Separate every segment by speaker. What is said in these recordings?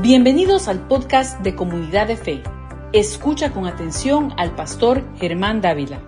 Speaker 1: Bienvenidos al podcast de Comunidad de Fe. Escucha con atención al pastor Germán Dávila.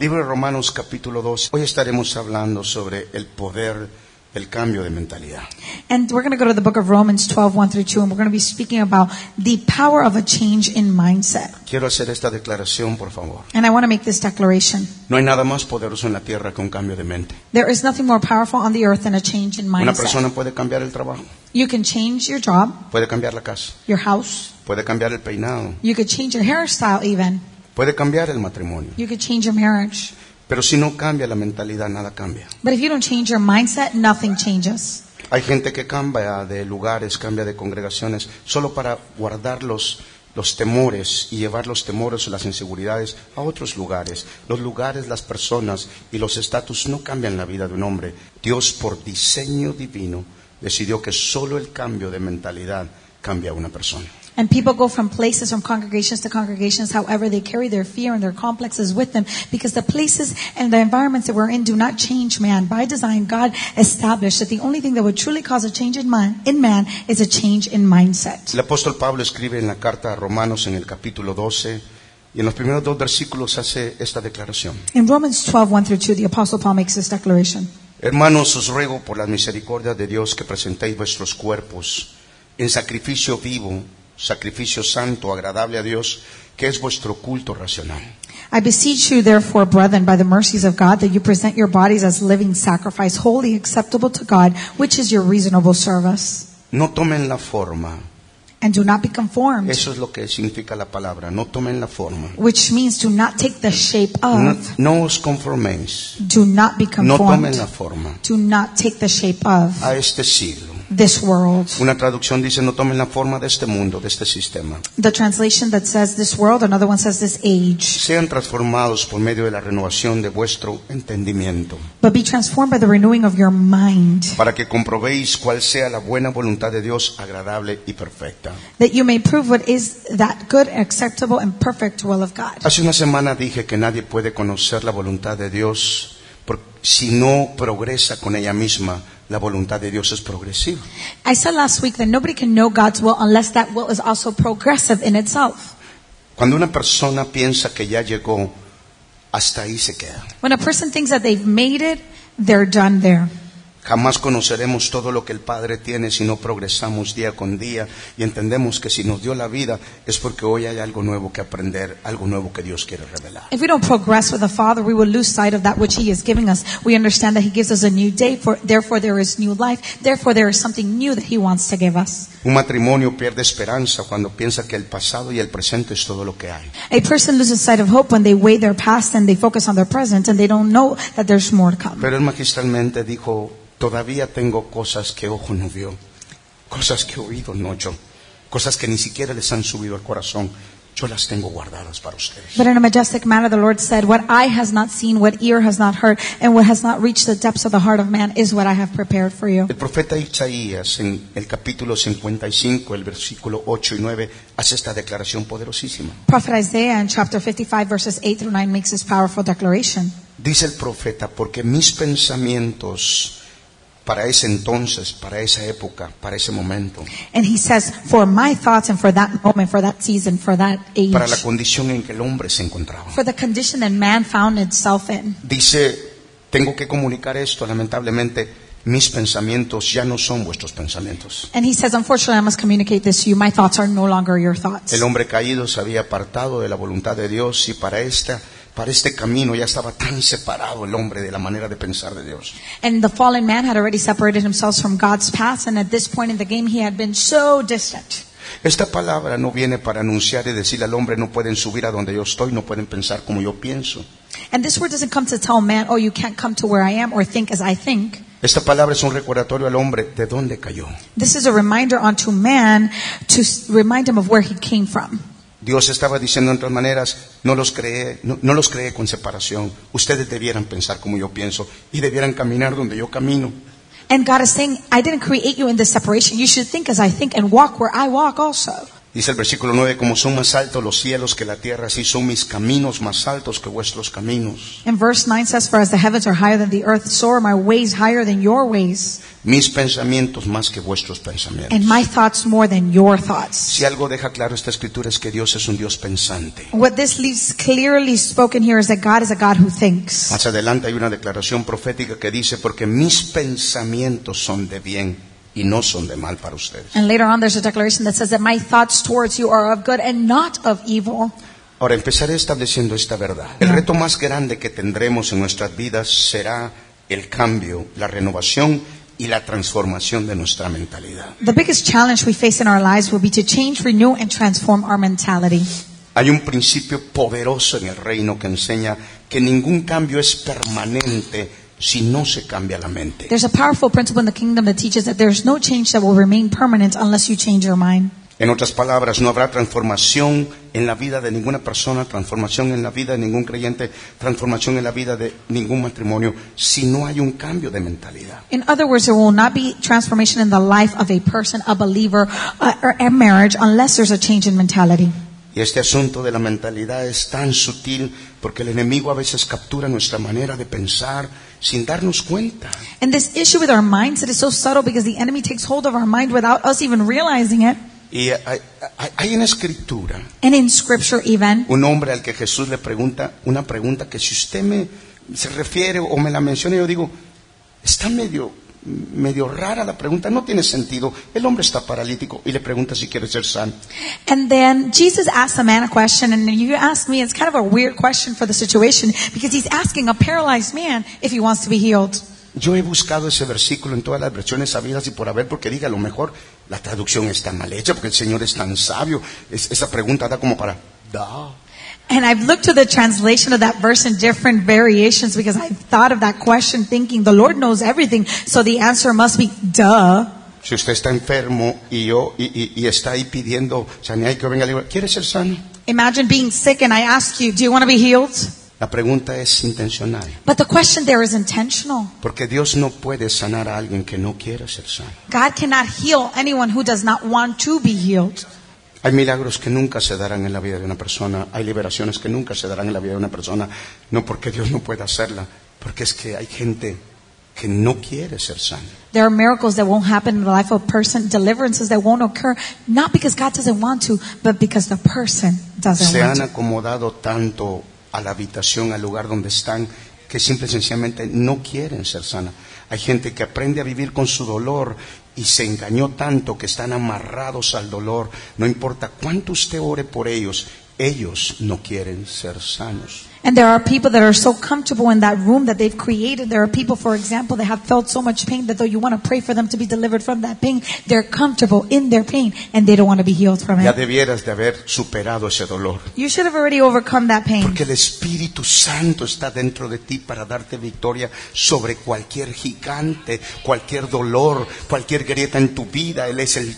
Speaker 2: Libro de Romanos capítulo 2. Hoy estaremos hablando sobre el poder del cambio de mentalidad.
Speaker 3: And we're going to go to the book of Romans 12, 1 through 2, and we're going to be speaking about the power of a change in mindset.
Speaker 2: Quiero hacer esta declaración, por favor.
Speaker 3: And I want to make this declaration.
Speaker 2: No hay nada más poderoso en la tierra que un cambio de mente.
Speaker 3: There is nothing more powerful on the earth than a change in
Speaker 2: Una
Speaker 3: mindset.
Speaker 2: persona puede cambiar el trabajo,
Speaker 3: You can change your job,
Speaker 2: puede cambiar la casa,
Speaker 3: your house,
Speaker 2: puede cambiar el peinado,
Speaker 3: you could change your hairstyle even,
Speaker 2: puede cambiar el matrimonio.
Speaker 3: you could change your marriage.
Speaker 2: Pero si no cambia la mentalidad, nada cambia.
Speaker 3: But if you don't change your mindset, nothing changes.
Speaker 2: Hay gente que cambia de lugares, cambia de congregaciones, solo para guardar los, los temores y llevar los temores o las inseguridades a otros lugares. Los lugares, las personas y los estatus no cambian la vida de un hombre. Dios, por diseño divino, decidió que solo el cambio de mentalidad cambia a una persona.
Speaker 3: And people go from places, from congregations to congregations, however, they carry their fear and their complexes with them because the places and the environments that we're in do not change man. By design, God established that the only thing that would truly cause a change in man, in man is a change in mindset.
Speaker 2: El apóstol Pablo escribe en la carta a Romanos en el capítulo 12 y en los primeros dos versículos hace esta declaración.
Speaker 3: In Romans 12, 1 through 2, the Apostle Paul makes this declaration.
Speaker 2: Hermanos, os ruego por las misericordias de Dios que presentéis vuestros cuerpos en sacrificio vivo, sacrificio santo, agradable a Dios, que es vuestro culto racional.
Speaker 3: I beseech you, therefore, brethren, by the mercies of God, that you present your bodies as living sacrifice, wholly acceptable to God, which is your reasonable service.
Speaker 2: No tomen la forma,
Speaker 3: And do not be conformed,
Speaker 2: eso es lo que significa la palabra, no tomen la forma.
Speaker 3: which means do not take the shape
Speaker 2: No,
Speaker 3: of.
Speaker 2: no os conforméis,
Speaker 3: Do not be
Speaker 2: no
Speaker 3: conformed.
Speaker 2: tomen la forma
Speaker 3: Do not take the shape of
Speaker 2: a este siglo.
Speaker 3: this world.
Speaker 2: Una traducción dice, no tomen la forma de este mundo, de este sistema.
Speaker 3: The translation that says this world, another one says this age.
Speaker 2: Sean transformados por medio de la renovación de vuestro entendimiento.
Speaker 3: But be transformed by the renewing of your mind,
Speaker 2: para que comprobéis cuál sea la buena voluntad de Dios, agradable y perfecta.
Speaker 3: that you may prove what is that good, acceptable, and perfect will of God.
Speaker 2: Hace una semana dije que nadie puede conocer la voluntad de Dios por- si no progresa con ella misma. La voluntad de Dios es progresiva.
Speaker 3: I said last week that nobody can know God's will unless that will is also progressive in itself.
Speaker 2: Cuando una persona piensa que ya llegó, hasta ahí se queda.
Speaker 3: When a person thinks that they've made it, they're done there.
Speaker 2: Jamás conoceremos todo lo que el Padre tiene si no progresamos día con día y entendemos que si nos dio la vida es porque hoy hay algo nuevo que aprender, algo nuevo que Dios quiere revelar.
Speaker 3: If we don't progress with the Father, we will lose sight of that which He is giving us. We understand that He gives us a new day, for therefore there is new life, therefore there is something new that He wants to give us.
Speaker 2: Un matrimonio pierde esperanza cuando piensa que el pasado y el presente es todo lo que hay.
Speaker 3: A person loses sight of hope when they weigh their past and they focus on their present and they don't know that there's more to come.
Speaker 2: Pero él magistralmente dijo, todavía tengo cosas que ojo no vio, cosas que oído no oyó, cosas que ni siquiera les han subido al corazón. Yo las tengo guardadas para ustedes.
Speaker 3: But in a majestic manner, the Lord said, What eye has not seen, what ear has not heard, and what has not reached the depths of the heart of man is what I have prepared for you.
Speaker 2: El profeta Isaías en el capítulo 55, el versículo 8 y 9, hace esta declaración poderosísima.
Speaker 3: Prophet Isaiah in chapter 55, verses 8 through 9, makes this powerful declaration.
Speaker 2: Dice el profeta, porque mis pensamientos para ese entonces, para esa época, para ese momento,
Speaker 3: And he says, For my thoughts and for that moment, for that season, for that age,
Speaker 2: para la condición en que el hombre se encontraba.
Speaker 3: for the condition that man found itself in.
Speaker 2: Dice, tengo que comunicar esto, lamentablemente, mis pensamientos ya no son vuestros pensamientos.
Speaker 3: And he says, Unfortunately, I must communicate this to you. My thoughts are no longer your thoughts.
Speaker 2: El hombre caído se había apartado de la voluntad de Dios y para esta para este camino ya estaba tan separado el hombre de la manera de pensar de Dios.
Speaker 3: And the fallen man had already separated himself from God's path, and at this point in the game, he had been so distant.
Speaker 2: Esta palabra no viene para anunciar y decir al hombre no pueden subir a donde yo estoy, no pueden pensar como yo pienso.
Speaker 3: And this word doesn't come to tell man, Oh, you can't come to where I am or think as I think.
Speaker 2: Esta palabra es un recordatorio al hombre de dónde cayó.
Speaker 3: This is a reminder unto man to s- remind him of where he came from.
Speaker 2: Dios estaba diciendo en otras maneras, no los creé, no, no los creé con separación. Ustedes debieran pensar como yo pienso y debieran caminar donde yo camino.
Speaker 3: And God is saying, I didn't create you in this separation. You should think as I think and walk where I walk also.
Speaker 2: Dice el versículo 9, como son más altos los cielos que la tierra, así son mis caminos más altos que vuestros caminos,
Speaker 3: And verse 9 says, For as the heavens are higher than the earth, so are my ways higher than your ways,
Speaker 2: mis pensamientos más que vuestros pensamientos.
Speaker 3: and my thoughts more than your thoughts.
Speaker 2: Si algo deja claro esta escritura es que Dios es un Dios pensante.
Speaker 3: What this leaves clearly spoken here is that God is a God who thinks.
Speaker 2: Más adelante hay una declaración profética que dice, porque mis pensamientos son de bien y no son de mal para ustedes.
Speaker 3: And later on, there's a declaration that says that my thoughts towards you are of good and not of evil.
Speaker 2: Ahora empezaré estableciendo esta verdad. El reto más grande que tendremos en nuestras vidas será el cambio, la renovación y la transformación de nuestra mentalidad.
Speaker 3: The biggest challenge we face in our lives will be to change, renew, and transform our mentality.
Speaker 2: Hay un principio poderoso en el reino que enseña que ningún cambio es permanente si no se cambia la mente.
Speaker 3: There's a powerful principle in the kingdom that teaches that there's no change that will remain permanent unless you change your mind.
Speaker 2: En otras palabras, no habrá transformación en la vida de ninguna persona, transformación en la vida de ningún creyente, transformación en la vida de ningún matrimonio, si no hay un cambio de mentalidad.
Speaker 3: In other words, there will not be transformation in the life of a person, a believer, uh, or a marriage unless there's a change in mentality.
Speaker 2: Y este asunto de la mentalidad es tan sutil porque el enemigo a veces captura nuestra manera de pensar sin darnos cuenta.
Speaker 3: And this issue with our mindset is so subtle because the enemy takes hold of our mind without us even realizing it.
Speaker 2: Y hay, hay- hay en escritura
Speaker 3: And in scripture even,
Speaker 2: un hombre al que Jesús le pregunta una pregunta que si usted me se refiere o me la menciona, yo digo, está medio, medio rara la pregunta, no tiene sentido. El hombre está paralítico y le pregunta si quiere ser sano.
Speaker 3: and then Jesus asks a man a question, and you ask me, it's kind of a weird question for the situation because he's asking a paralyzed man if he wants to be healed.
Speaker 2: Yo he buscado ese versículo en todas las versiones sabidas y por haber, porque diga, a lo mejor la traducción está mal hecha, porque el Señor es tan sabio. Es- esa pregunta da como para, da.
Speaker 3: And I've looked to the translation of that verse in different variations because I've thought of that question thinking the Lord knows everything, so the answer must be duh.
Speaker 2: Si usted está enfermo y yo y, y- y está ahí pidiendo sanidad y que venga, le digo, ¿quiere ser sano?
Speaker 3: Imagine being sick and I ask you, do you want to be healed?
Speaker 2: La pregunta es intencional,
Speaker 3: But the question there is intentional.
Speaker 2: porque Dios no puede sanar a alguien que no quiera ser sano.
Speaker 3: God cannot heal anyone who does not want to be healed.
Speaker 2: Hay milagros que nunca se darán en la vida de una persona, hay liberaciones que nunca se darán en la vida de una persona, no porque Dios no pueda hacerla, porque es que hay gente que no quiere ser sana.
Speaker 3: There are miracles that won't happen in the life of a person, deliverances that won't occur, not because God doesn't want to, but because the person doesn't
Speaker 2: se
Speaker 3: want
Speaker 2: han
Speaker 3: to.
Speaker 2: acomodado tanto a la habitación, al lugar donde están, que simple y sencillamente no quieren ser sana. Hay gente que aprende a vivir con su dolor y se engañó tanto que están amarrados al dolor. No importa cuánto usted ore por ellos, ellos no quieren ser sanos.
Speaker 3: And there are people that are so comfortable in that room that they've created. There are people, for example, that have felt so much pain that though you want to pray for them to be delivered from that pain, they're comfortable in their pain and they don't want to be healed from
Speaker 2: Ya
Speaker 3: it.
Speaker 2: debieras de haber superado ese dolor.
Speaker 3: You should have already overcome that pain.
Speaker 2: Porque el Espíritu Santo está dentro de ti para darte victoria sobre cualquier gigante, cualquier dolor, cualquier grieta en tu vida. Él es el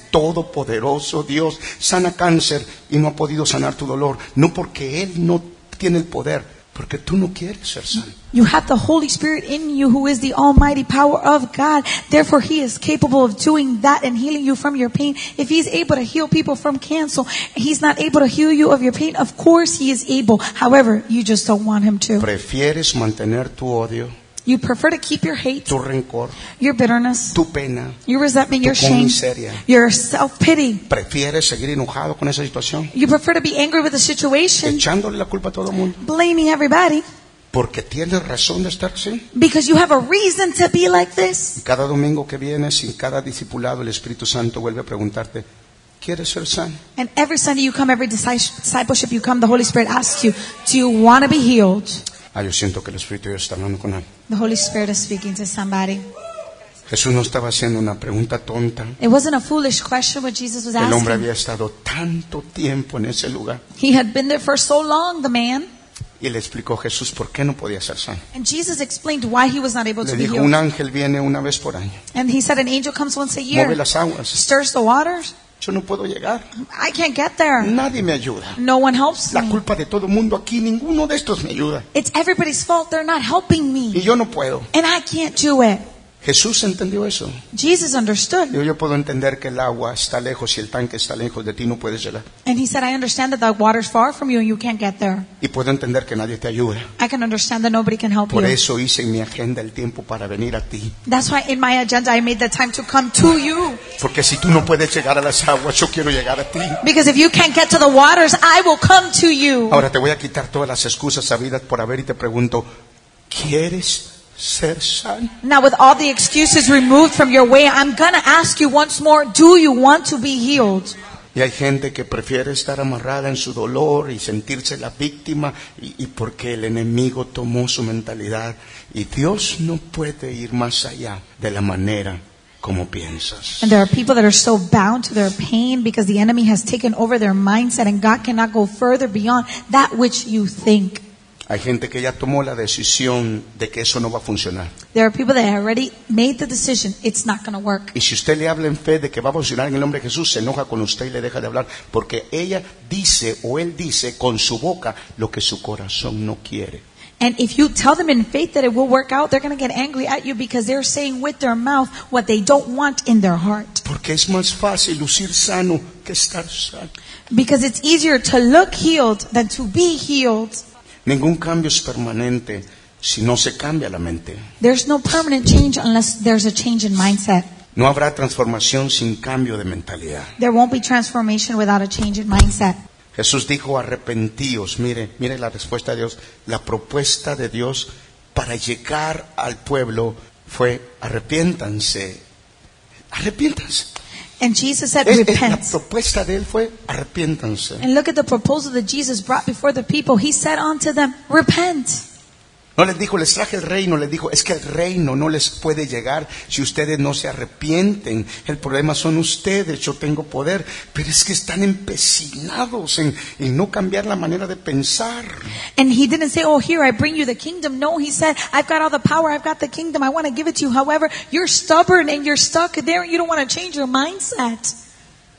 Speaker 2: todopoderoso Dios. Sana cáncer y no ha podido sanar tu dolor. No porque Él no tiene el poder, porque tú no quieres ser sano.
Speaker 3: You have the Holy Spirit in you who is the almighty power of God. Therefore, He is capable of doing that and healing you from your pain. If He's able to heal people from cancer, He's not able to heal you of your pain. Of course, He is able. However, you just don't want Him to.
Speaker 2: Prefieres mantener tu odio,
Speaker 3: You prefer to keep your hate,
Speaker 2: tu rencor,
Speaker 3: your bitterness,
Speaker 2: tu pena.
Speaker 3: your resentment, your
Speaker 2: Tu con
Speaker 3: shame,
Speaker 2: miseria.
Speaker 3: your self-pity.
Speaker 2: Prefieres seguir enojado con esa situación,
Speaker 3: You prefer to be angry with the situation,
Speaker 2: echándole la culpa a todo el mundo.
Speaker 3: blaming everybody,
Speaker 2: Porque tienes razón de estar así.
Speaker 3: because you have a reason to be like this.
Speaker 2: Cada domingo que vienes y cada discipulado el Espíritu Santo vuelve a preguntarte, ¿quieres ser sano?
Speaker 3: And every Sunday you come, every disci- discipleship you come, the Holy Spirit asks you, do you want to be healed?
Speaker 2: Ah, yo siento que el Espíritu de Dios está hablando con alguien.
Speaker 3: The Holy Spirit is speaking to somebody.
Speaker 2: Jesús no estaba haciendo una pregunta tonta.
Speaker 3: It wasn't a foolish question what Jesus was
Speaker 2: El hombre
Speaker 3: asking.
Speaker 2: había estado tanto tiempo en ese lugar.
Speaker 3: He had been there for so long, the man.
Speaker 2: Y le explicó a Jesús por qué no podía ser sano.
Speaker 3: And Jesus explained why he was not able
Speaker 2: Le
Speaker 3: to be
Speaker 2: dijo, un
Speaker 3: healed.
Speaker 2: ángel viene una vez por año,
Speaker 3: And he said, an angel comes once a
Speaker 2: mueve
Speaker 3: year,
Speaker 2: las aguas.
Speaker 3: stirs the waters.
Speaker 2: Yo no puedo llegar,
Speaker 3: I can't get there.
Speaker 2: nadie me ayuda.
Speaker 3: No one helps
Speaker 2: Mm. La
Speaker 3: me.
Speaker 2: culpa de todo mundo aquí, ninguno de estos me ayuda.
Speaker 3: It's everybody's fault. They're not helping
Speaker 2: Y
Speaker 3: me.
Speaker 2: yo no puedo.
Speaker 3: And I can't do it.
Speaker 2: Jesús entendió eso.
Speaker 3: Jesus understood.
Speaker 2: Yo, yo puedo entender que el agua está lejos y el tanque está lejos de ti, no puedes llegar.
Speaker 3: And he said, I understand that the water's far from you and you can't get there.
Speaker 2: Y puedo entender que nadie te ayuda.
Speaker 3: I can understand that nobody can help
Speaker 2: Por
Speaker 3: you.
Speaker 2: eso hice en mi agenda el tiempo para venir a ti.
Speaker 3: That's why in my agenda I made the time to come to you.
Speaker 2: Porque si tú no puedes llegar a las aguas, yo quiero llegar a ti.
Speaker 3: Because if you can't get to the waters, I will come to you.
Speaker 2: Ahora te voy a quitar todas las excusas sabidas por haber y te pregunto, ¿quieres ser sano?
Speaker 3: Now with all the excuses removed from your way, I'm gonna ask you once more, do you want to be healed?
Speaker 2: Y hay gente que prefiere estar amarrada en su dolor y sentirse la víctima y, y porque el enemigo tomó su mentalidad. Y Dios no puede ir más allá de la manera como piensas.
Speaker 3: And there are people that are so bound to their pain because the enemy has taken over their mindset and God cannot go further beyond that which you think.
Speaker 2: Hay gente que ya tomó la decisión de que eso no va a funcionar.
Speaker 3: There are people that already made the decision, it's not gonna work.
Speaker 2: Y si usted le habla en fe de que va a funcionar en el nombre de Jesús, se enoja con usted y le deja de hablar, porque ella dice o él dice con su boca lo que su corazón no quiere.
Speaker 3: And if you tell them in faith that it will work out, they're going to get angry at you because they're saying with their mouth what they don't want in their heart.
Speaker 2: Porque es más fácil lucir sano que estar sano.
Speaker 3: Because it's easier to look healed than to be healed.
Speaker 2: Ningún cambio es permanente si no se cambia la mente.
Speaker 3: There's no permanent change unless there's a change in mindset.
Speaker 2: No habrá transformación sin cambio de mentalidad.
Speaker 3: There won't be transformation without a change in mindset.
Speaker 2: Jesús dijo, arrepentíos. Mire, mire la respuesta de Dios. La propuesta de Dios para llegar al pueblo fue, arrepiéntanse. Arrepiéntanse.
Speaker 3: And Jesus said,
Speaker 2: Es- es- la
Speaker 3: repent.
Speaker 2: propuesta de él fue, arrepiéntanse.
Speaker 3: And look at the proposal that Jesus brought before the people. He said unto them, repent.
Speaker 2: No les dijo, les traje el reino, les dijo, es que el reino no les puede llegar si ustedes no se arrepienten. El problema son ustedes, yo tengo poder, pero es que están empecinados en, en no cambiar la manera de pensar.
Speaker 3: And he didn't say, oh, here, I bring you the kingdom. No, he said, I've got all the power. I've got the kingdom. I want to give it to you. However, you're stubborn and you're stuck there. You don't want to change your mindset.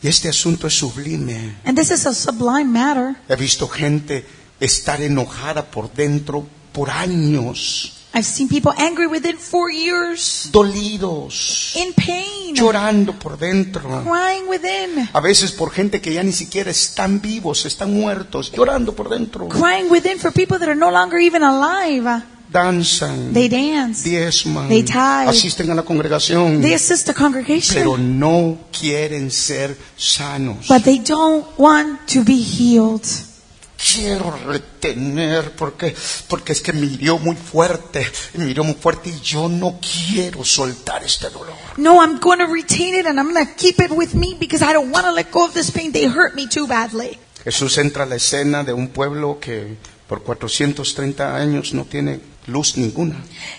Speaker 2: Y este asunto es sublime.
Speaker 3: And this is a sublime matter.
Speaker 2: He visto gente estar enojada por dentro por años,
Speaker 3: I've seen people angry within four years,
Speaker 2: dolidos,
Speaker 3: in pain,
Speaker 2: llorando por dentro.
Speaker 3: crying within,
Speaker 2: A veces por gente que ya ni siquiera están vivos, están muertos, llorando por dentro.
Speaker 3: crying within for people that are no longer even alive.
Speaker 2: Danzan.
Speaker 3: They dance.
Speaker 2: diezman,
Speaker 3: They tithe.
Speaker 2: asisten a la congregación,
Speaker 3: They assist the
Speaker 2: pero
Speaker 3: congregation.
Speaker 2: no quieren ser sanos.
Speaker 3: But they don't want to be healed.
Speaker 2: Quiero retener porque, porque es que me hirió muy fuerte, me hirió muy fuerte y yo no quiero soltar este dolor.
Speaker 3: No, I'm going to retain it and I'm going to keep it with me because I don't want to let go of this pain. They hurt me too badly.
Speaker 2: Jesús entra a la escena de un pueblo que por 430 años no tiene luz ninguna.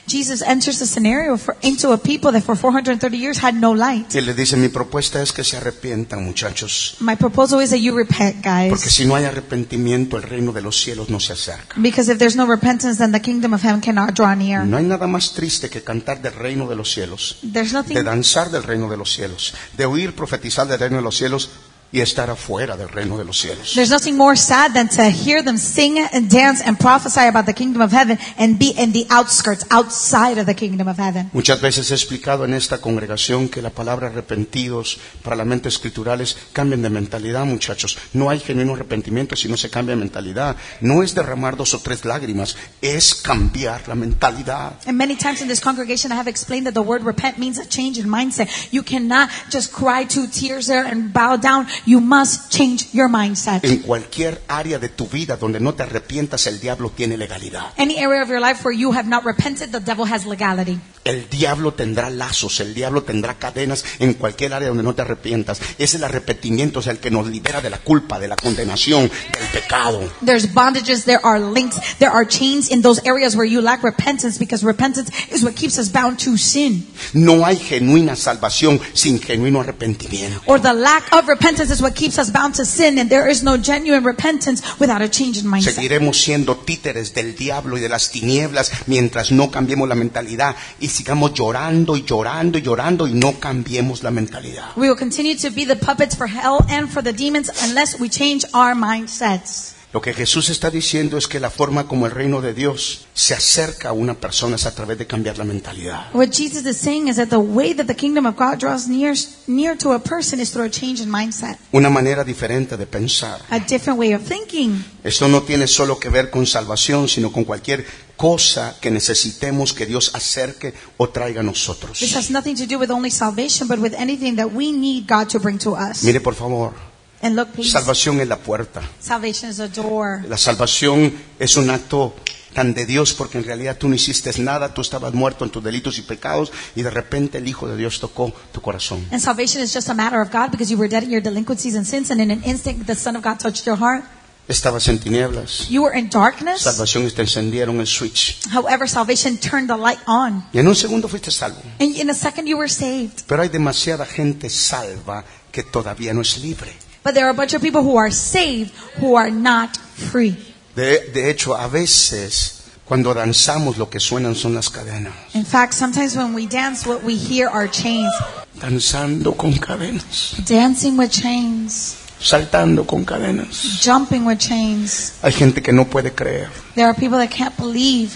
Speaker 3: Jesus enters the scenario for, into a people that for 430 years had no light.
Speaker 2: Y le dice, mi propuesta es que se arrepientan muchachos,
Speaker 3: My proposal is that you repent,
Speaker 2: porque
Speaker 3: guys.
Speaker 2: si no hay arrepentimiento el reino de los cielos no se acerca.
Speaker 3: Because if there's no repentance, then the kingdom of heaven cannot draw near.
Speaker 2: No hay nada más triste que cantar del reino de los cielos,
Speaker 3: There's
Speaker 2: de
Speaker 3: nothing
Speaker 2: danzar del reino de los cielos, de oír profetizar del reino de los cielos y estar afuera del reino de los cielos.
Speaker 3: There's nothing more sad than to hear them sing and dance and prophesy about the kingdom of heaven and be in the outskirts, outside of the kingdom of heaven.
Speaker 2: Muchas veces he explicado en esta congregación que la palabra arrepentidos para la mente escritural es cambien de mentalidad, muchachos. No hay genuino arrepentimiento si no se cambia de mentalidad. No es derramar dos o tres lágrimas, es cambiar la mentalidad.
Speaker 3: And many times in this congregation, I have explained that the word repent means a change in mindset. You cannot just cry two tears there and bow down. You must change your mindset.
Speaker 2: En cualquier área de tu vida donde no te arrepientas, el diablo tiene legalidad.
Speaker 3: Any area of your life where you have not repented, the devil has legality.
Speaker 2: El diablo tendrá lazos, el diablo tendrá cadenas en cualquier área donde no te arrepientas. Es el arrepentimiento, es el que nos libera de la culpa, de la condenación, del pecado.
Speaker 3: There's bondages, there are links, there are chains in those areas where you lack repentance because repentance is what keeps us bound to sin.
Speaker 2: No hay genuina salvación sin genuino arrepentimiento.
Speaker 3: Or the lack of repentance is what keeps us bound to sin, and there is no genuine repentance without a change in mindset.
Speaker 2: Seguiremos siendo títeres del diablo y de las tinieblas mientras no cambiemos la mentalidad y sigamos llorando y llorando y llorando y no cambiemos la mentalidad.
Speaker 3: We will continue to be the puppets for hell and for the demons unless we change our mindsets.
Speaker 2: Lo que Jesús está diciendo es que la forma como el reino de Dios se acerca a una persona es a través de cambiar la mentalidad.
Speaker 3: What Jesus is saying is that the way that the kingdom of God draws near, near to a person is through a change in mindset,
Speaker 2: Una manera diferente de pensar.
Speaker 3: a different way of thinking.
Speaker 2: Esto no tiene solo que ver con salvación, sino con cualquier cosa que necesitemos que Dios acerque o traiga a
Speaker 3: This
Speaker 2: nosotros.
Speaker 3: has nothing to do with only salvation, but with anything that we need God to bring to us.
Speaker 2: Mire, por favor,
Speaker 3: And look, please,
Speaker 2: salvación es la puerta.
Speaker 3: salvation is a door.
Speaker 2: La salvación es un acto tan de Dios porque en realidad tú no hiciste nada, tú estabas muerto en tus delitos y pecados y de repente el Hijo de Dios tocó tu corazón.
Speaker 3: And salvation is just a matter of God because you were dead in your delinquencies and sins, and in an instant, the Son of God touched your heart.
Speaker 2: Estabas en tinieblas,
Speaker 3: You were in darkness.
Speaker 2: salvación y te encendieron el switch.
Speaker 3: However, salvation turned the light on.
Speaker 2: Y en un segundo fuiste salvo.
Speaker 3: And in a second, you were saved.
Speaker 2: Pero hay demasiada gente salva que todavía no es libre.
Speaker 3: But there are a bunch of people who are saved who are not free.
Speaker 2: De, de hecho, a veces cuando danzamos lo que suenan son las cadenas.
Speaker 3: In fact, sometimes when we dance, what we hear are chains.
Speaker 2: Danzando con cadenas,
Speaker 3: Dancing with chains,
Speaker 2: saltando con cadenas.
Speaker 3: jumping with chains.
Speaker 2: Hay gente que no puede creer.
Speaker 3: There are people that can't believe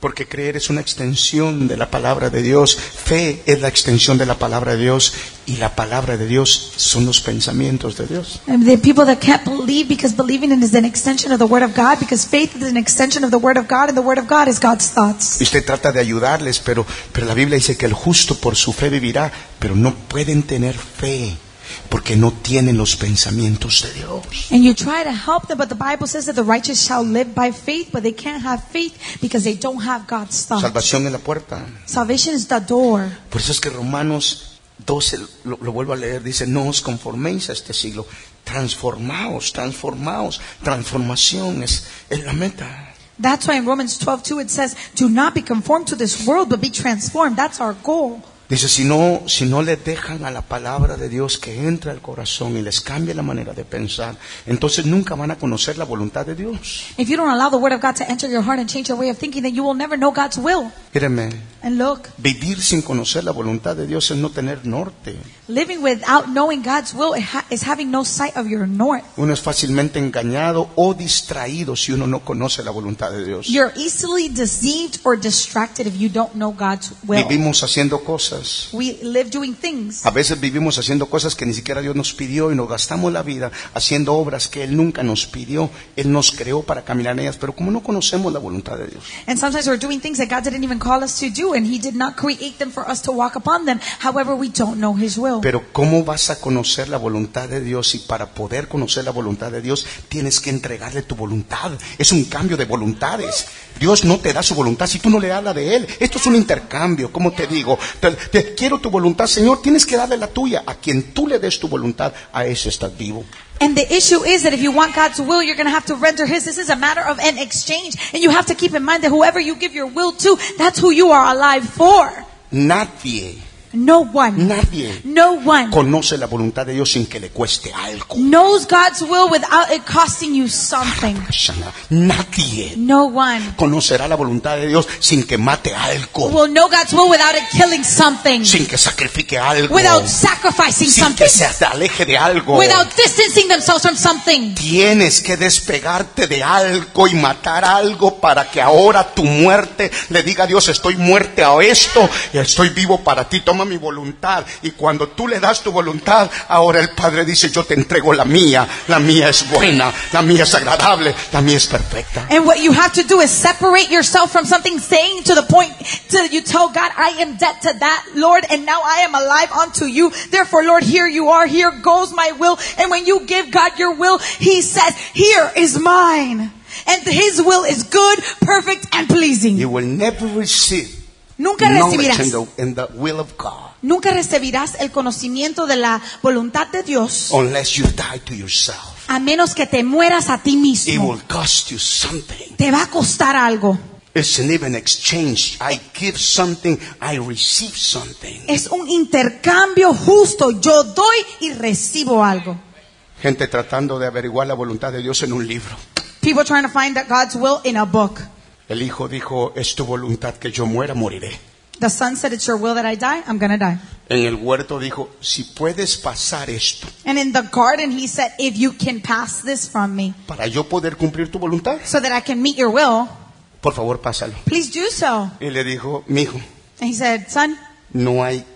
Speaker 2: Porque creer es una extensión de la palabra de Dios. Fe es la extensión de la palabra de Dios. Y la palabra de Dios son los pensamientos de Dios.
Speaker 3: And the people that can't believe because believing in is an extension of the Word of God because faith is an extension of the Word of God and the Word of God is God's thoughts.
Speaker 2: Y usted trata de ayudarles, pero, pero la Biblia dice que el justo por su fe vivirá. Pero no pueden tener fe porque no tienen los pensamientos de Dios.
Speaker 3: And you try to help them, but the Bible says that the righteous shall live by faith, but they can't have faith because they don't have God's thoughts.
Speaker 2: Salvación en la puerta.
Speaker 3: Salvation is the door.
Speaker 2: Por eso es que Romanos 12, lo, lo vuelvo a leer, dice, no os conforméis a este siglo. Transformaos, transformaos. Transformación es, es la meta.
Speaker 3: That's why in Romans 12 2 it says, Do not be conformed to this world, but be transformed. That's our goal.
Speaker 2: Dice, si no, si no le dejan a la palabra de Dios que entre al corazón y les cambie la manera de pensar, entonces nunca van a conocer la voluntad de Dios.
Speaker 3: If you don't allow the Word of God to enter your heart and change your way of thinking, then you will never know God's will.
Speaker 2: Mírenme,
Speaker 3: And look,
Speaker 2: vivir sin conocer la voluntad de Dios es no tener norte.
Speaker 3: living without knowing God's will it ha- is having no sight of your north.
Speaker 2: Uno es fácilmente engañado o distraído si uno no conoce la voluntad de Dios.
Speaker 3: You're easily deceived or distracted if you don't know God's will.
Speaker 2: Vivimos haciendo cosas.
Speaker 3: We live doing things.
Speaker 2: A veces vivimos haciendo cosas que ni siquiera Dios nos pidió y nos gastamos la vida haciendo obras que Él nunca nos pidió. Él nos creó para caminar en ellas, pero como no conocemos la voluntad de Dios.
Speaker 3: And sometimes we're doing things that God didn't even call us to do, and He did not create them for us to walk upon them. However, we don't know His will.
Speaker 2: Pero ¿cómo vas a conocer la voluntad de Dios? Y para poder conocer la voluntad de Dios tienes que entregarle tu voluntad. Es un cambio de voluntades. Dios no te da su voluntad si tú no le das la de Él. Esto es un intercambio, como te digo. Te, te quiero tu voluntad, Señor, tienes que darle la tuya. A quien tú le des tu voluntad, a ese estás vivo.
Speaker 3: And the issue is that if you want God's will, you're going to have to render His. This is a matter of an exchange. And you have to keep in mind that whoever you give your will to, that's who you are alive for.
Speaker 2: Nadie,
Speaker 3: No one,
Speaker 2: nadie
Speaker 3: no one
Speaker 2: conoce la voluntad de Dios sin que le cueste algo.
Speaker 3: knows God's will without it costing you something.
Speaker 2: Nadie
Speaker 3: No one
Speaker 2: conocerá la voluntad de Dios sin que mate algo.
Speaker 3: will know God's will without it killing something,
Speaker 2: sin que sacrifique algo,
Speaker 3: without sacrificing
Speaker 2: sin
Speaker 3: something,
Speaker 2: que se aleje de algo.
Speaker 3: without distancing themselves from something.
Speaker 2: Tienes que despegarte de algo y matar algo para que ahora tu muerte le diga a Dios, estoy muerte a esto, y estoy vivo para ti, toma mi voluntad. Y cuando tú le das tu voluntad, ahora el Padre dice, yo te entrego la mía, la mía es buena, la mía es agradable, la mía es perfecta.
Speaker 3: And what you have to do is separate yourself from something, saying to the point till you tell God, I am dead to that, Lord, and now I am alive unto you. Therefore, Lord, here you are, here goes my will. And when you give God your will, He says, Here is mine. And His will is good, perfect, and pleasing.
Speaker 2: You will never receive
Speaker 3: Nunca
Speaker 2: knowledge in
Speaker 3: recibirás,
Speaker 2: the, in the will of God
Speaker 3: nunca recibirás el conocimiento de la voluntad de Dios
Speaker 2: unless you die to yourself.
Speaker 3: a menos que te mueras a ti
Speaker 2: It
Speaker 3: mismo.
Speaker 2: will cost you something.
Speaker 3: Te va a costar algo.
Speaker 2: It's an even exchange. I give something, I receive something.
Speaker 3: Es un intercambio justo. Yo doy y recibo algo.
Speaker 2: Gente tratando de averiguar la voluntad de Dios en un libro.
Speaker 3: People trying to find that God's will in a book.
Speaker 2: El hijo dijo, es tu voluntad que yo muera, moriré.
Speaker 3: The son said, It's your will that I die. I'm going to die.
Speaker 2: En el huerto dijo, si puedes pasar esto
Speaker 3: And in the garden, he said, If you can pass this from me
Speaker 2: para yo poder cumplir tu voluntad,
Speaker 3: so that I can meet your will,
Speaker 2: por favor pásalo.
Speaker 3: please do so.
Speaker 2: Y le dijo, mijo,
Speaker 3: And he said, Son,
Speaker 2: no hay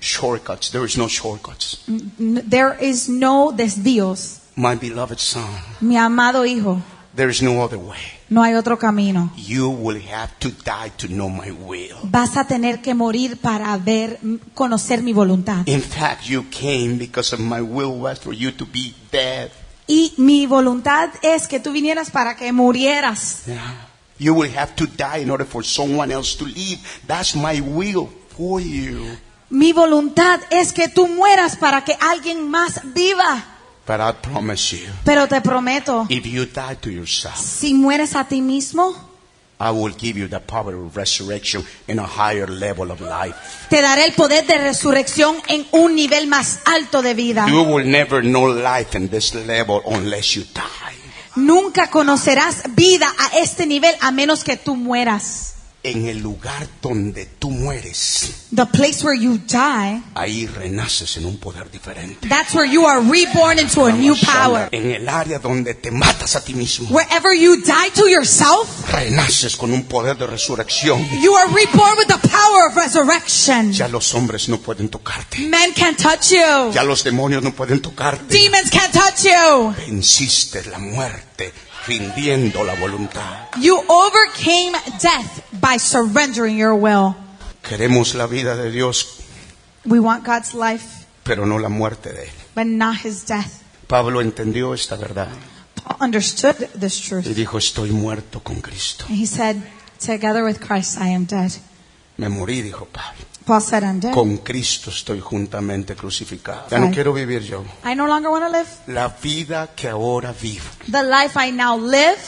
Speaker 2: shortcuts, there is no shortcuts.
Speaker 3: n- there is no desvíos.
Speaker 2: My beloved son,
Speaker 3: Mi amado hijo,
Speaker 2: there is no other way.
Speaker 3: no hay otro camino.
Speaker 2: You will have to die to know my will.
Speaker 3: Vas a tener que morir para ver, conocer mi voluntad.
Speaker 2: In fact, you came because of my will was for you to be dead.
Speaker 3: Y mi voluntad es que tú vinieras para que murieras.
Speaker 2: Yeah. You will have to die in order for someone else to live. That's my will for you.
Speaker 3: Mi voluntad es que tú mueras para que alguien más viva.
Speaker 2: But I promise you,
Speaker 3: Pero te prometo,
Speaker 2: if you die to yourself,
Speaker 3: si mueres a ti mismo,
Speaker 2: I will give you the power of resurrection and a higher level of life.
Speaker 3: te daré el poder de resurrección en un nivel más alto de vida.
Speaker 2: You will never know life in this level unless you die.
Speaker 3: Nunca conocerás vida a este nivel a menos que tú mueras.
Speaker 2: En el lugar donde tú mueres,
Speaker 3: The place where you die,
Speaker 2: ahí renaces en un poder diferente.
Speaker 3: that's where you are reborn into a new power.
Speaker 2: En el área donde te matas a ti mismo,
Speaker 3: Wherever you die to yourself,
Speaker 2: renaces con un poder de resurrección.
Speaker 3: you are reborn with the power of resurrection.
Speaker 2: Ya los hombres no pueden tocarte.
Speaker 3: Men can't touch you.
Speaker 2: Ya los demonios no pueden tocarte.
Speaker 3: Demons can't touch you.
Speaker 2: Venciste la muerte rindiendo la voluntad.
Speaker 3: You overcame death by surrendering your will.
Speaker 2: Queremos la vida de Dios,
Speaker 3: We want God's life,
Speaker 2: pero no la muerte de Él.
Speaker 3: but not his death.
Speaker 2: Pablo entendió esta verdad
Speaker 3: Paul understood this
Speaker 2: y
Speaker 3: truth.
Speaker 2: dijo, estoy muerto con Cristo.
Speaker 3: And he said, Together with Christ, I am dead.
Speaker 2: Me morí, dijo Pablo.
Speaker 3: Paul said, I'm dead.
Speaker 2: Con Cristo estoy juntamente crucificado. Ya no
Speaker 3: Ay.
Speaker 2: quiero vivir yo.
Speaker 3: I no longer want to live.
Speaker 2: La vida que ahora vivo,
Speaker 3: The life I now live,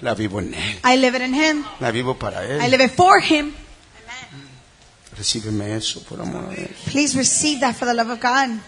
Speaker 2: la vivo en Él.
Speaker 3: I live it in him.
Speaker 2: La vivo para
Speaker 3: I
Speaker 2: Él.
Speaker 3: live it for him.
Speaker 2: Recíbeme eso, por amor de Dios.
Speaker 3: Please receive that for the love of God.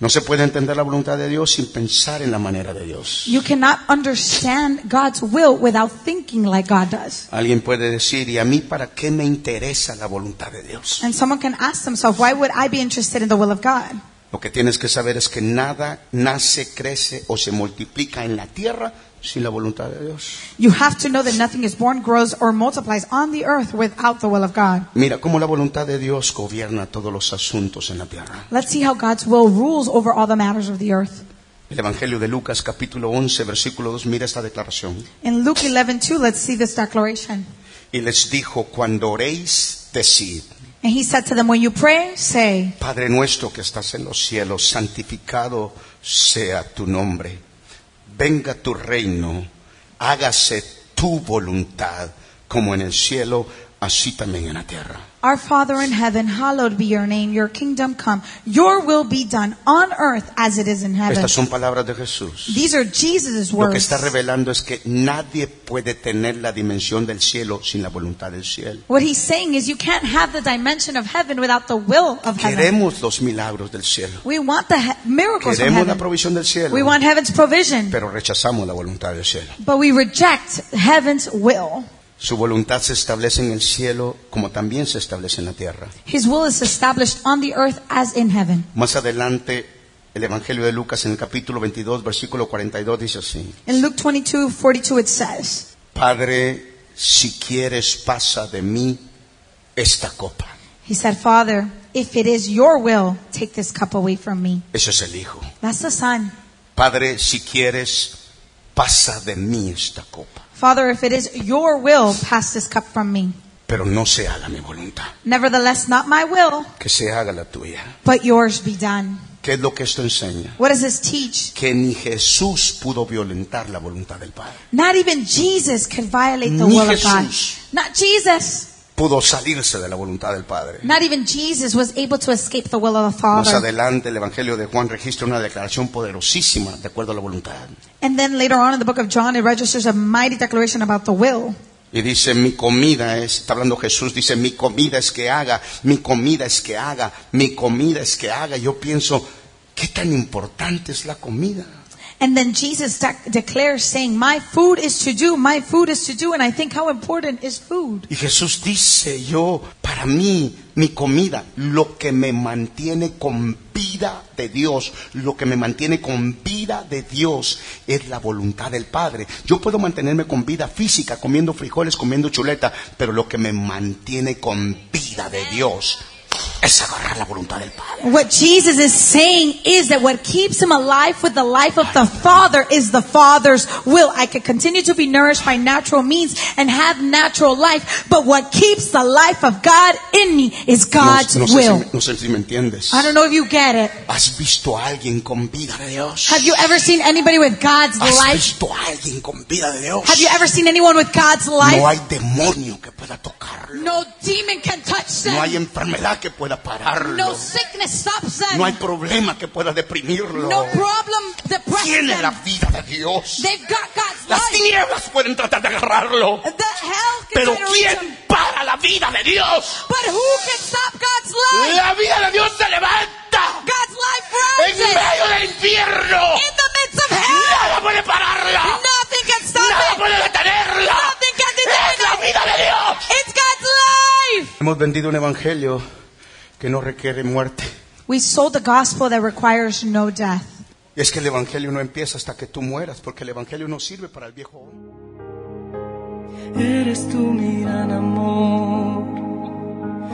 Speaker 2: No se puede entender la voluntad de Dios sin pensar en la manera de Dios.
Speaker 3: You cannot understand God's will without thinking like God does.
Speaker 2: Alguien puede decir, ¿y a mí para qué me interesa la voluntad de Dios?
Speaker 3: And someone can ask themselves, why would I be interested in the will of God?
Speaker 2: Lo que tienes que saber es que nada nace, crece o se multiplica en la tierra sin la voluntad de Dios.
Speaker 3: You have to know that nothing is born, grows, or multiplies on the earth without the will of God.
Speaker 2: Mira cómo la voluntad de Dios gobierna todos los asuntos en la tierra.
Speaker 3: Let's see how God's will rules over all the matters of the earth.
Speaker 2: El Evangelio de Lucas capítulo 11 versículo 2 mira esta declaración.
Speaker 3: In Luke 11:2, let's see this declaration.
Speaker 2: Y les dijo, cuando oréis, decid,
Speaker 3: And he said to them, When you pray, say,
Speaker 2: Padre nuestro que estás en los cielos, santificado sea tu nombre. Venga tu reino, hágase tu voluntad, como en el cielo, así también en la tierra.
Speaker 3: Our Father in heaven, hallowed be your name, your kingdom come, your will be done on earth as it is in heaven.
Speaker 2: Estas son palabras de Jesús.
Speaker 3: These are Jesus'
Speaker 2: Lo que
Speaker 3: words.
Speaker 2: está revelando es que nadie puede tener la dimensión del cielo sin la voluntad del cielo.
Speaker 3: What he's saying is you can't have the dimension of heaven without the will of heaven.
Speaker 2: Queremos los milagros del cielo.
Speaker 3: We want the he- miracles of
Speaker 2: Queremos la
Speaker 3: heaven.
Speaker 2: provisión del cielo.
Speaker 3: We want heaven's provision,
Speaker 2: Pero rechazamos la voluntad del cielo.
Speaker 3: but we reject heaven's will.
Speaker 2: Su voluntad se establece en el cielo como también se establece en la tierra.
Speaker 3: His will is established on the earth as in heaven.
Speaker 2: Más adelante, el Evangelio de Lucas en el capítulo 22, versículo 42 dice así.
Speaker 3: In Luke 22, 42, it says,
Speaker 2: Padre, si quieres, pasa de mí esta copa.
Speaker 3: He said, Father, if it is your will, take this cup away from me.
Speaker 2: Ese es el Hijo.
Speaker 3: That's the Son.
Speaker 2: Padre, si quieres, pasa de mí esta copa.
Speaker 3: Father, if it is your will, pass this cup from me.
Speaker 2: Pero no se haga mi voluntad,
Speaker 3: Nevertheless, not my will,
Speaker 2: que se haga la tuya.
Speaker 3: but yours be done.
Speaker 2: ¿Qué es lo que esto enseña?
Speaker 3: What does this teach?
Speaker 2: Que ni Jesús pudo violentar la voluntad del Padre.
Speaker 3: Not even Jesus could violate the
Speaker 2: Ni
Speaker 3: will of God.
Speaker 2: Jesús.
Speaker 3: Not Jesus.
Speaker 2: Pudo salirse de la voluntad del Padre.
Speaker 3: Not even Jesus was able to escape the will of the
Speaker 2: Más
Speaker 3: Father.
Speaker 2: adelante el Evangelio de Juan registra una declaración poderosísima de acuerdo a la voluntad.
Speaker 3: And then later on in the book of John, it registers a mighty declaration about the will.
Speaker 2: Y dice, mi comida es, está hablando Jesús, dice, mi comida es que haga, mi comida es que haga, mi comida es que haga. Yo pienso, ¿qué tan importante es la comida?
Speaker 3: And then Jesus dec- declares, saying, My food is to do, my food is to do. And I think how important is food.
Speaker 2: Y Jesús dice, yo, para mí, mi comida, lo que me mantiene con vida de Dios, lo que me mantiene con vida de Dios es la voluntad del Padre. Yo puedo mantenerme con vida física, comiendo frijoles, comiendo chuleta, pero lo que me mantiene con vida de Dios es agarrar la voluntad del Padre.
Speaker 3: What Jesus is saying is that what keeps him alive with the life of the Father is the Father's will. I could continue to be nourished by natural means and have natural life, but what keeps the life of God in me is
Speaker 2: No,
Speaker 3: God's
Speaker 2: no sé si
Speaker 3: will.
Speaker 2: me- no sé si me entiendes.
Speaker 3: I don't know if you get it.
Speaker 2: ¿Has visto a alguien con vida de Dios?
Speaker 3: Have you ever seen anybody with God's
Speaker 2: ¿Has
Speaker 3: life?
Speaker 2: visto a alguien con vida de Dios?
Speaker 3: Have you ever seen anyone with God's
Speaker 2: No
Speaker 3: life?
Speaker 2: hay demonio que pueda tocarlo.
Speaker 3: No demon can touch
Speaker 2: No hay
Speaker 3: them.
Speaker 2: enfermedad que pueda
Speaker 3: No
Speaker 2: pararlo.
Speaker 3: sickness stops
Speaker 2: No hay
Speaker 3: them.
Speaker 2: problema que pueda deprimirlo.
Speaker 3: No problem depresses
Speaker 2: Tiene la
Speaker 3: them.
Speaker 2: vida de Dios.
Speaker 3: They've got God's
Speaker 2: Las
Speaker 3: life.
Speaker 2: tinieblas pueden tratar de agarrarlo.
Speaker 3: The hell can
Speaker 2: Pero
Speaker 3: try to reach them.
Speaker 2: ¿quién para la vida de Dios?
Speaker 3: But who can stop God's life?
Speaker 2: La vida de Dios se levanta
Speaker 3: God's life
Speaker 2: Eh. en
Speaker 3: rises
Speaker 2: medio del infierno.
Speaker 3: in the midst of hell.
Speaker 2: Nada puede pararla.
Speaker 3: Nothing can
Speaker 2: Nada
Speaker 3: stop it.
Speaker 2: puede detenerla.
Speaker 3: Nothing can
Speaker 2: Es la
Speaker 3: detain it.
Speaker 2: vida de Dios.
Speaker 3: It's God's life.
Speaker 2: Hemos vendido un evangelio que no requiere muerte.
Speaker 3: We sold the gospel that requires no death.
Speaker 2: Es que el evangelio no empieza hasta que tú mueras, porque el evangelio no sirve para el viejo hombre.
Speaker 4: Eres tú mi gran amor,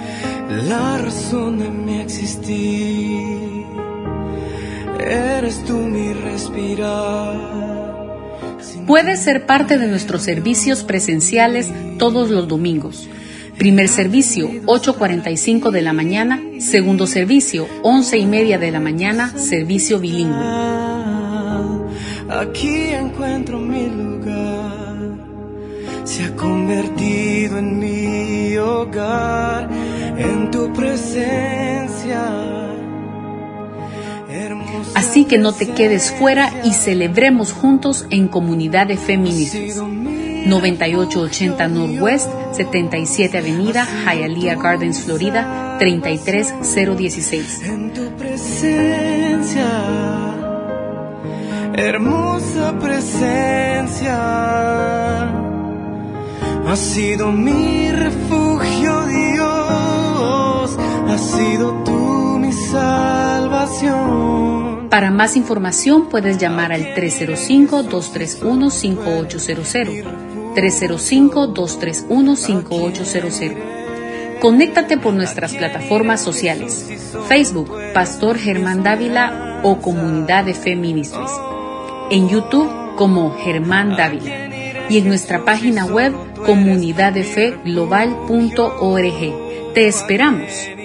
Speaker 4: la razón de mi existir. Eres tú mi respirar. Sin
Speaker 1: Puedes ser parte de nuestros servicios presenciales todos los domingos. Primer servicio, 8.45 de la mañana. Segundo servicio, 11 y media de la mañana, servicio bilingüe.
Speaker 4: Aquí encuentro mi lugar, se ha convertido en mi hogar, en tu presencia. Hermosa
Speaker 1: Así que no te quedes fuera y celebremos juntos en Comunidad de Feministas. 9880 Northwest, 77 Avenida, Hialeah Gardens, Florida, 33016.
Speaker 4: en tu presencia, hermosa presencia, ha sido mi refugio Dios, ha sido tú mi salvación.
Speaker 1: Para más información puedes llamar al 305-231-5800. 305-231-5800. Conéctate por nuestras plataformas sociales. Facebook, Pastor Germán Dávila o Comunidad de Fe Ministries. En YouTube como Germán Dávila. Y en nuestra página web comunidadefeglobal.org. Te esperamos.